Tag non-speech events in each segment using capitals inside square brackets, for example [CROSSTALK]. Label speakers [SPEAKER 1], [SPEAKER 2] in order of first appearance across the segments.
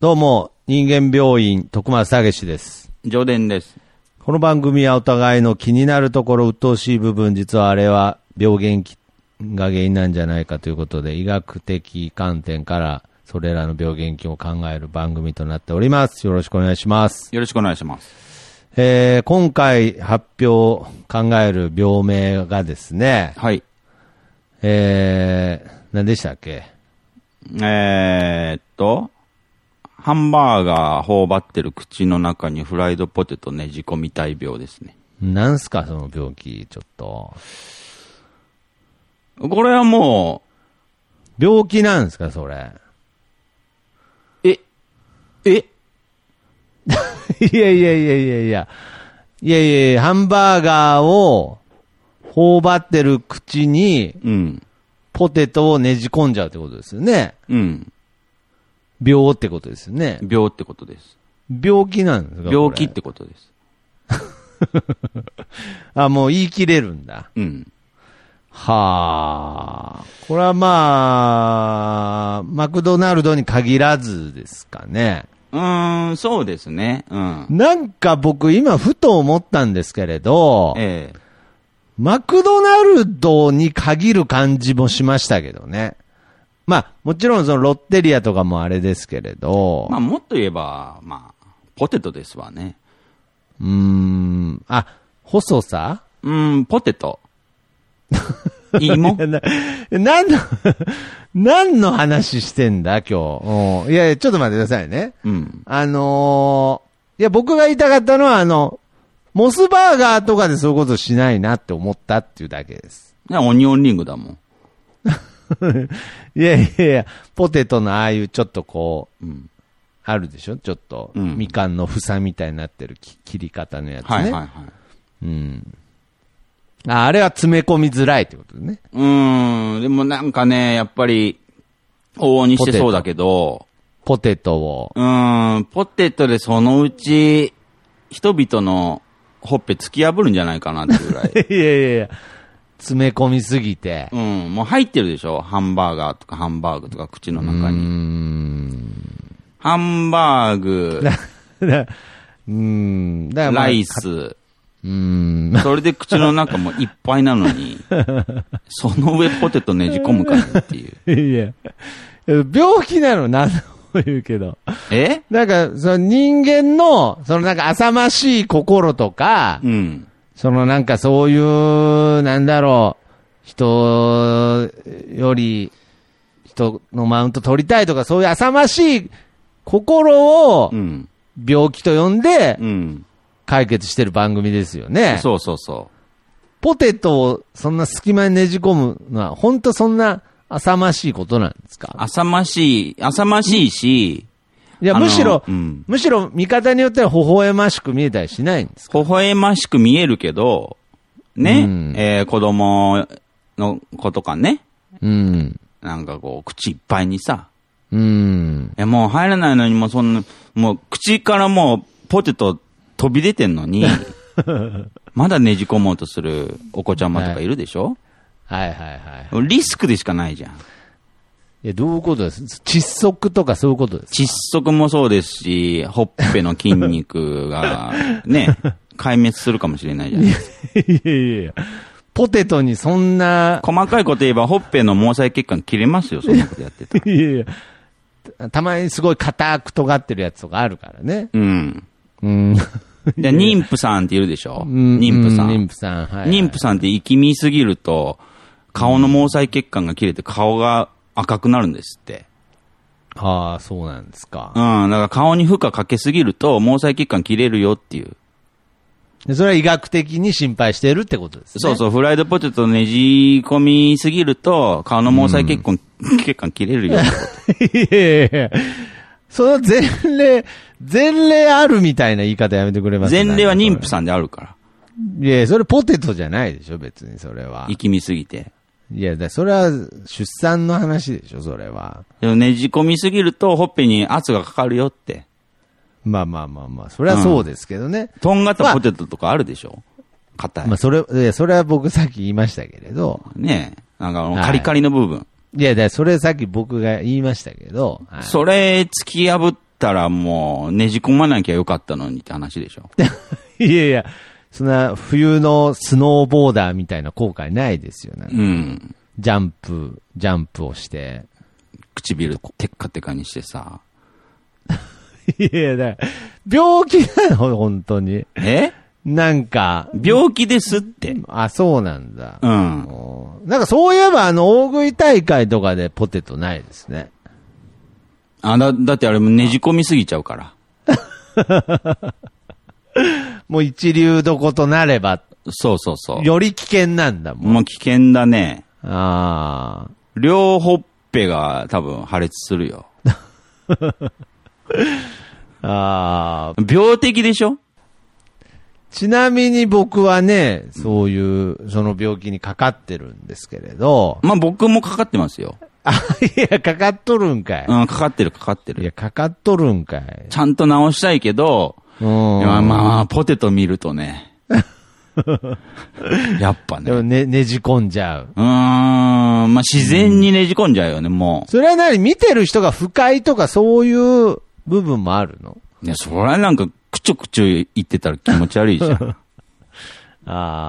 [SPEAKER 1] どうも、人間病院、徳松たけしです。
[SPEAKER 2] 上田です。
[SPEAKER 1] この番組はお互いの気になるところ、鬱陶しい部分、実はあれは病原菌が原因なんじゃないかということで、医学的観点から、それらの病原菌を考える番組となっております。よろしくお願いします。
[SPEAKER 2] よろしくお願いします。
[SPEAKER 1] えー、今回発表、考える病名がですね、
[SPEAKER 2] はい。
[SPEAKER 1] えー、何でしたっけ
[SPEAKER 2] えー、っと、ハンバーガー頬張ってる口の中にフライドポテトねじ込みたい病ですね。
[SPEAKER 1] なんすか、その病気、ちょっと。
[SPEAKER 2] これはも
[SPEAKER 1] 病気なんですか、それ。
[SPEAKER 2] う、え、え、
[SPEAKER 1] いやいやいやいやいや。いやいやいや、ハンバーガーを頬張ってる口に
[SPEAKER 2] うん、
[SPEAKER 1] ポテトをねじ込んじゃうってことですよね。
[SPEAKER 2] うん、
[SPEAKER 1] 病ってことですよね。
[SPEAKER 2] 病ってことです。
[SPEAKER 1] 病気なんですか
[SPEAKER 2] 病気っ
[SPEAKER 1] こ
[SPEAKER 2] てことです。
[SPEAKER 1] れあ、もう言い切れるんだ。
[SPEAKER 2] うん。
[SPEAKER 1] はあ。これはまあ、マクドナルドに限らずですかね。
[SPEAKER 2] うーん、そうですね。うん。
[SPEAKER 1] なんか僕今ふと思ったんですけれど、
[SPEAKER 2] ええ
[SPEAKER 1] マクドナルドに限る感じもしましたけどね。まあ、もちろんそのロッテリアとかもあれですけれど、
[SPEAKER 2] まあ、もっと言えば、まあ、ポテトですわね。
[SPEAKER 1] うーん、あ、細さ
[SPEAKER 2] うーん、ポ
[SPEAKER 1] [LAUGHS]
[SPEAKER 2] テト。芋
[SPEAKER 1] な、なんの、何の話してんだ、今日。うんいやいや、ちょっと待ってくださいね。
[SPEAKER 2] うん。
[SPEAKER 1] あのーいや、僕が言いたかったのは、あの、モスバーガーとかでそういうことしないなって思ったっていうだけです。
[SPEAKER 2] ねオニオンリングだもん。
[SPEAKER 1] いやいやいや、ポテトのああいうちょっとこう、
[SPEAKER 2] ん
[SPEAKER 1] あるでしょちょっと、
[SPEAKER 2] うん
[SPEAKER 1] みかんの房みたいになってるき切り方のやつね。
[SPEAKER 2] はいはいはい。
[SPEAKER 1] うん。ああれは詰め込みづらいってことね。
[SPEAKER 2] うーん、でもなんかね、やっぱり、往々にしてそうだけど、
[SPEAKER 1] ポテトを。
[SPEAKER 2] うーん、ポテトでそのうち、人々のほっぺ突き破るんじゃないかなって
[SPEAKER 1] [LAUGHS]
[SPEAKER 2] ぐらい。
[SPEAKER 1] いやいやいや、詰め込みすぎて。
[SPEAKER 2] うん、もう入ってるでしょハンバーガーとかハンバーグとか口の中
[SPEAKER 1] うー
[SPEAKER 2] に。
[SPEAKER 1] ん。
[SPEAKER 2] ハンバーグ、
[SPEAKER 1] うーん。だからまあ
[SPEAKER 2] ライ。ス、
[SPEAKER 1] うーん。 [LAUGHS]
[SPEAKER 2] それで口の中もいっぱいなのに、その上ポテトねじ込むかなっていう。
[SPEAKER 1] いやいや。病気なの何度も言うけど。
[SPEAKER 2] え
[SPEAKER 1] なんか、その人間の、そのなんか浅ましい心とか、
[SPEAKER 2] うん。
[SPEAKER 1] そのなんかそういう、なんだろう、人より、人のマウント取りたいとか、そういう浅ましい心を
[SPEAKER 2] うん。
[SPEAKER 1] 病気と呼んで
[SPEAKER 2] うん。
[SPEAKER 1] 解決してる番組ですよね。
[SPEAKER 2] そうそうそう。
[SPEAKER 1] ポテトをそんな隙間にねじ込むのは、本当そんな浅ましいことなんですか
[SPEAKER 2] 浅ましい、浅ましいし、
[SPEAKER 1] いや、
[SPEAKER 2] あの
[SPEAKER 1] むしろ、
[SPEAKER 2] うん
[SPEAKER 1] むしろ見方によっては微笑ましく見えたりしないんですか
[SPEAKER 2] 微笑ましく見えるけど、ね、
[SPEAKER 1] うん
[SPEAKER 2] えー子供の子とかね、
[SPEAKER 1] うん。
[SPEAKER 2] なんかこう、口いっぱいにさ、
[SPEAKER 1] うん。
[SPEAKER 2] え、もう入らないのにもうそんな、もう口からもうポテト飛び出てん
[SPEAKER 1] [LAUGHS]
[SPEAKER 2] のに、まだねじ込もうとするお子ちゃまとかいるでしょ、
[SPEAKER 1] はいはいはい。
[SPEAKER 2] リスクでしかないじゃん。
[SPEAKER 1] いや、どういうことです窒息とかそういうことですか
[SPEAKER 2] 窒息もそうですし、ほっぺの筋肉が、
[SPEAKER 1] [LAUGHS]
[SPEAKER 2] ね、壊滅するかもしれないじゃん。
[SPEAKER 1] いやいやいや。ポテトにそんな、
[SPEAKER 2] 細かいこと言えば、ほっぺの毛細血管切れますよ、そんなことやっ
[SPEAKER 1] [LAUGHS]
[SPEAKER 2] てたら。
[SPEAKER 1] いやいやたたまにすごい硬く尖ってるやつとかあるからね。
[SPEAKER 2] うん。
[SPEAKER 1] うん。
[SPEAKER 2] で、妊婦さんっているでしょ
[SPEAKER 1] うん
[SPEAKER 2] 妊婦さ
[SPEAKER 1] うん妊。婦さん。はいはい。
[SPEAKER 2] 妊婦さんって生き見すぎると、顔の毛細血管が切れて顔が赤くなるんですって。
[SPEAKER 1] ああ、そうなんです
[SPEAKER 2] う
[SPEAKER 1] か。
[SPEAKER 2] ん。だから顔に負荷かけすぎると、毛細血管切れるよっていう。
[SPEAKER 1] でそれは医学的に心配してるってことですね。
[SPEAKER 2] そうそう、フライドポテトねじ込みすぎると、顔の毛細血管、血管切れるよ。
[SPEAKER 1] [LAUGHS] いやいやいやその前例、前例あるみたいな言い方やめてくれます
[SPEAKER 2] 前例は妊婦
[SPEAKER 1] ん。
[SPEAKER 2] さんであるから。
[SPEAKER 1] いやいや、それポテトじゃないでしょ、別にそれは
[SPEAKER 2] 生。き見すぎて。
[SPEAKER 1] いや、だそれは出産の話でしょ、それは。
[SPEAKER 2] でもねじ込みすぎると、ほっぺに圧がかかるよって。
[SPEAKER 1] まあまあまあまあ、それはそうですけどね。
[SPEAKER 2] とんがったポテトとかあるでしょ硬、い。
[SPEAKER 1] まあそれ、いやそれは僕さっき言いましたけれど、
[SPEAKER 2] ねえ。なんかあの、
[SPEAKER 1] はい
[SPEAKER 2] カリカリの部分。
[SPEAKER 1] いや、だからそれさっき僕が言いましたけど、はい
[SPEAKER 2] それ、突き破ったらもう、ねじ込まなきゃよかったのにって話で
[SPEAKER 1] [LAUGHS]
[SPEAKER 2] しょ。
[SPEAKER 1] いやいや、そんな冬のスノーボーダーみたいな後悔ないですよ。なんか
[SPEAKER 2] うん。
[SPEAKER 1] ジャンプ、ジャンプをして。
[SPEAKER 2] 唇テッカテカにしてさ。
[SPEAKER 1] いやいや、だから病気なの、本当に。
[SPEAKER 2] え
[SPEAKER 1] なんか、
[SPEAKER 2] 病気ですって。
[SPEAKER 1] あ、そうなんだ。
[SPEAKER 2] うん。
[SPEAKER 1] おなんかそういえば、あの、大食い大会とかでポテトないですね。
[SPEAKER 2] あ、だ、だってあれもねじ込みすぎちゃうから。
[SPEAKER 1] もう一流どことなれば、
[SPEAKER 2] そうそうそう。
[SPEAKER 1] より危険なんだもん。
[SPEAKER 2] もう危険だね。
[SPEAKER 1] ああ。
[SPEAKER 2] 両ほっぺが多分破裂するよ。
[SPEAKER 1] ああ。
[SPEAKER 2] 病的でしょ
[SPEAKER 1] ちなみに僕はね、そういう、その病気にかかってるんですけれど、
[SPEAKER 2] まあ、僕もかかってますよ。
[SPEAKER 1] あ、いや、かかっとるんかい。
[SPEAKER 2] うん、かかってるかかって
[SPEAKER 1] い
[SPEAKER 2] る。
[SPEAKER 1] や、かかっとるんかい。
[SPEAKER 2] ちゃんと直したいけど、
[SPEAKER 1] うん。
[SPEAKER 2] まあまあ、ポテト見ると
[SPEAKER 1] [LAUGHS]
[SPEAKER 2] ね。やっぱね。
[SPEAKER 1] でも
[SPEAKER 2] う
[SPEAKER 1] ね、ねじ込んじゃう。
[SPEAKER 2] ーん、まあ自然にねじ込んじゃうよね、も
[SPEAKER 1] それは何見てる人が不快とかそういう部分もあるの
[SPEAKER 2] う。いや、そりゃなんか、くちょくちょ言ってたら気持ち悪いじゃ
[SPEAKER 1] [LAUGHS]
[SPEAKER 2] ん。
[SPEAKER 1] あ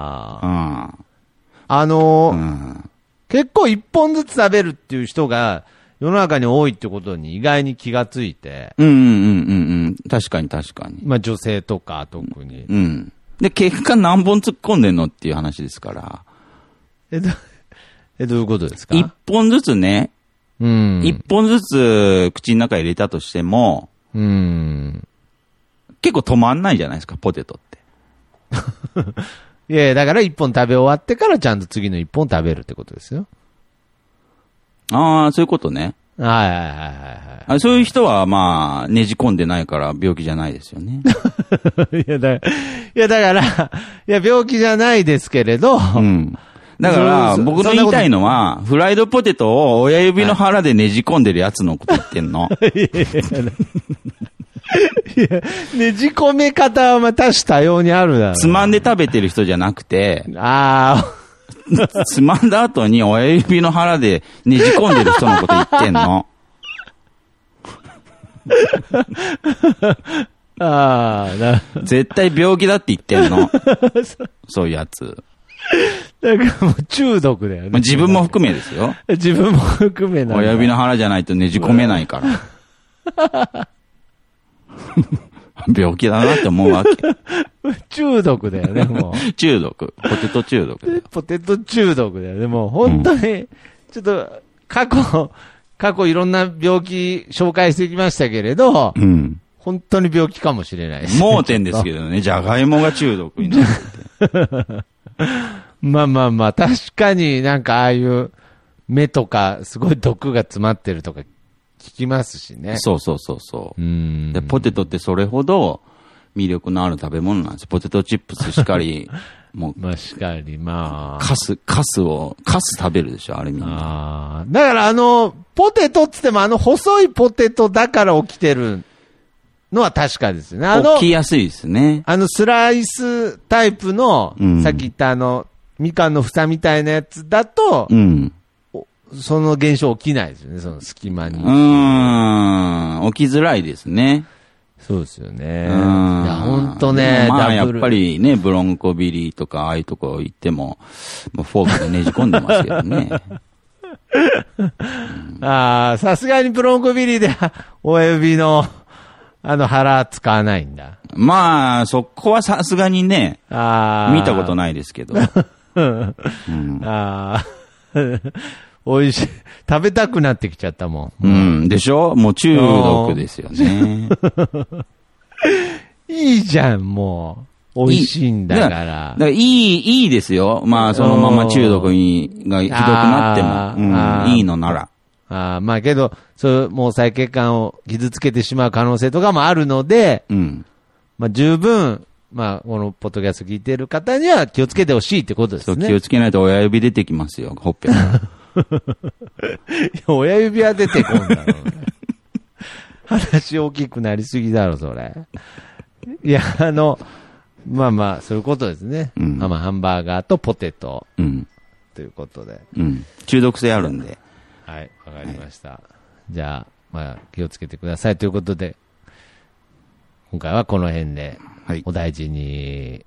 [SPEAKER 1] あ。
[SPEAKER 2] う
[SPEAKER 1] あのー
[SPEAKER 2] ん。うん。
[SPEAKER 1] 結構一本ずつ食べるっていう人が世の中に多いってことに意外に気がついて、
[SPEAKER 2] うんうんうんうんうん。確かに確かに。
[SPEAKER 1] まあ女性とか特に。
[SPEAKER 2] うん。で、結果何本突っ込んでんのっていう話ですから。
[SPEAKER 1] え、ど、え、どういうことですか
[SPEAKER 2] 一本ずつね、
[SPEAKER 1] うん。
[SPEAKER 2] 一本ずつ口の中入れたとしても、
[SPEAKER 1] うん。
[SPEAKER 2] 結構止まんないじゃないですか、ポテトって。
[SPEAKER 1] いやいやだから一本食べ終わってからちゃんと次の一本食べるってことですよ。
[SPEAKER 2] ああ、そういうことね。
[SPEAKER 1] はいはいはいはいはい。
[SPEAKER 2] あそういう人は、まあ、ねじ込んでないから病気じゃないです
[SPEAKER 1] [LAUGHS]
[SPEAKER 2] よね。 [LAUGHS]
[SPEAKER 1] いやだ、いやだから、いや病気じゃないですけれ
[SPEAKER 2] [LAUGHS]
[SPEAKER 1] ど、
[SPEAKER 2] うん。だか
[SPEAKER 1] そ
[SPEAKER 2] ら、
[SPEAKER 1] そ
[SPEAKER 2] 僕の
[SPEAKER 1] そんな
[SPEAKER 2] 言
[SPEAKER 1] こ
[SPEAKER 2] い
[SPEAKER 1] と
[SPEAKER 2] たいのは、フライドポテトを親指の腹でねじ込んでるやつのこと言ってんの。
[SPEAKER 1] ねじ込め方はまあ多種多様にあるだろう。
[SPEAKER 2] つまんで食べてる人じゃなくて、
[SPEAKER 1] あ
[SPEAKER 2] つまんだ後に親指の腹でねじ込んでる人のこと言ってんの。
[SPEAKER 1] あ、ああ、な、
[SPEAKER 2] 絶対病気だって言ってんの。そういうやつ。
[SPEAKER 1] だからもう中毒だよね。
[SPEAKER 2] まあ自分も含めですよ。
[SPEAKER 1] 自分も含めな。
[SPEAKER 2] 親指の腹じゃないとねじ込めないから。
[SPEAKER 1] [LAUGHS]
[SPEAKER 2] 病気だなって思うわけ。
[SPEAKER 1] 中毒だよね、
[SPEAKER 2] [LAUGHS]
[SPEAKER 1] も
[SPEAKER 2] 中毒。ポテト中毒だよ
[SPEAKER 1] う。ポテト中毒だよね、もう本当に、ちょっと、過去、過去いろんな病気紹介してきましたけれど、
[SPEAKER 2] うん。
[SPEAKER 1] 本当に病気かもしれないです。
[SPEAKER 2] 盲点ですけどね、じゃがいもが中毒になる。
[SPEAKER 1] まあまあまあ、確かになんかああいう目とか、すごい毒が詰まってるとか聞きますしね。
[SPEAKER 2] そうそうそうそう
[SPEAKER 1] う。ん。
[SPEAKER 2] で、ポテトってそれほど魅力のある食べ物なんです。ポテトチップスし
[SPEAKER 1] [LAUGHS]
[SPEAKER 2] かり、もう、
[SPEAKER 1] 確かに、まあ。
[SPEAKER 2] カス、カスを、カス食べるでしょ、あれみんな。
[SPEAKER 1] ああ。だからあの、ポテトっつってもあの細いポテトだから起きてるのは確かですよね。あの
[SPEAKER 2] 起、きやすいですね。
[SPEAKER 1] あのスライスタイプの、
[SPEAKER 2] うん
[SPEAKER 1] さっき言ったあの、みかんの房みたいなやつだと
[SPEAKER 2] う、ん。
[SPEAKER 1] その現象起きないですよね、その隙間
[SPEAKER 2] う
[SPEAKER 1] に。
[SPEAKER 2] ーん、起きづらいですね。
[SPEAKER 1] そうですよね。い
[SPEAKER 2] い
[SPEAKER 1] や、ほんとね、
[SPEAKER 2] まあ、
[SPEAKER 1] ダ
[SPEAKER 2] や
[SPEAKER 1] ブ
[SPEAKER 2] っ
[SPEAKER 1] ル。
[SPEAKER 2] ぱりね、ブロンコビリーとか、ああいうとこ行っても、もうフォークでねじ込んでますけどね。
[SPEAKER 1] ああ、さすがにブロンコビリーで、親指の、あの腹使わないんだ。
[SPEAKER 2] まあ、そこはさすがにね、
[SPEAKER 1] ああ。
[SPEAKER 2] 見たこと
[SPEAKER 1] い。
[SPEAKER 2] ないですけど。
[SPEAKER 1] [LAUGHS] ああ。 [LAUGHS] 美味しい。食べたくなってきちゃったも。
[SPEAKER 2] うんん、でしょもう中毒ですよね。
[SPEAKER 1] いいじゃん、もう。美味しいんだから
[SPEAKER 2] [LAUGHS] だ。からいい、いいですよ。まあ、そのまま中毒に、がひどくなっても、
[SPEAKER 1] あー
[SPEAKER 2] うん、いいのなら。
[SPEAKER 1] ああまあけど、そう、もう細血管を傷つけてしまう可能性とかもあるので、
[SPEAKER 2] うん。
[SPEAKER 1] まあ十分、まあこのポッドキャスト聞いてる方には気をつけてほしいってことで
[SPEAKER 2] そ
[SPEAKER 1] す
[SPEAKER 2] う、
[SPEAKER 1] ね。
[SPEAKER 2] 気をつけないと親指出てきますよ、ほっぺから。
[SPEAKER 1] いや [LAUGHS] 親指は出てこんだろうね。話大きくなりすぎだろ、それ。いや、あの、まあまあ、そういうことですね。
[SPEAKER 2] うん
[SPEAKER 1] まあ、ハンバーガーとポテト
[SPEAKER 2] うん。
[SPEAKER 1] ということで。
[SPEAKER 2] うん。中毒性あるんで。
[SPEAKER 1] はい、わかりました。じゃあ、まあ、気をつけてくださいということで、今回はこの辺で
[SPEAKER 2] はい
[SPEAKER 1] お大事に。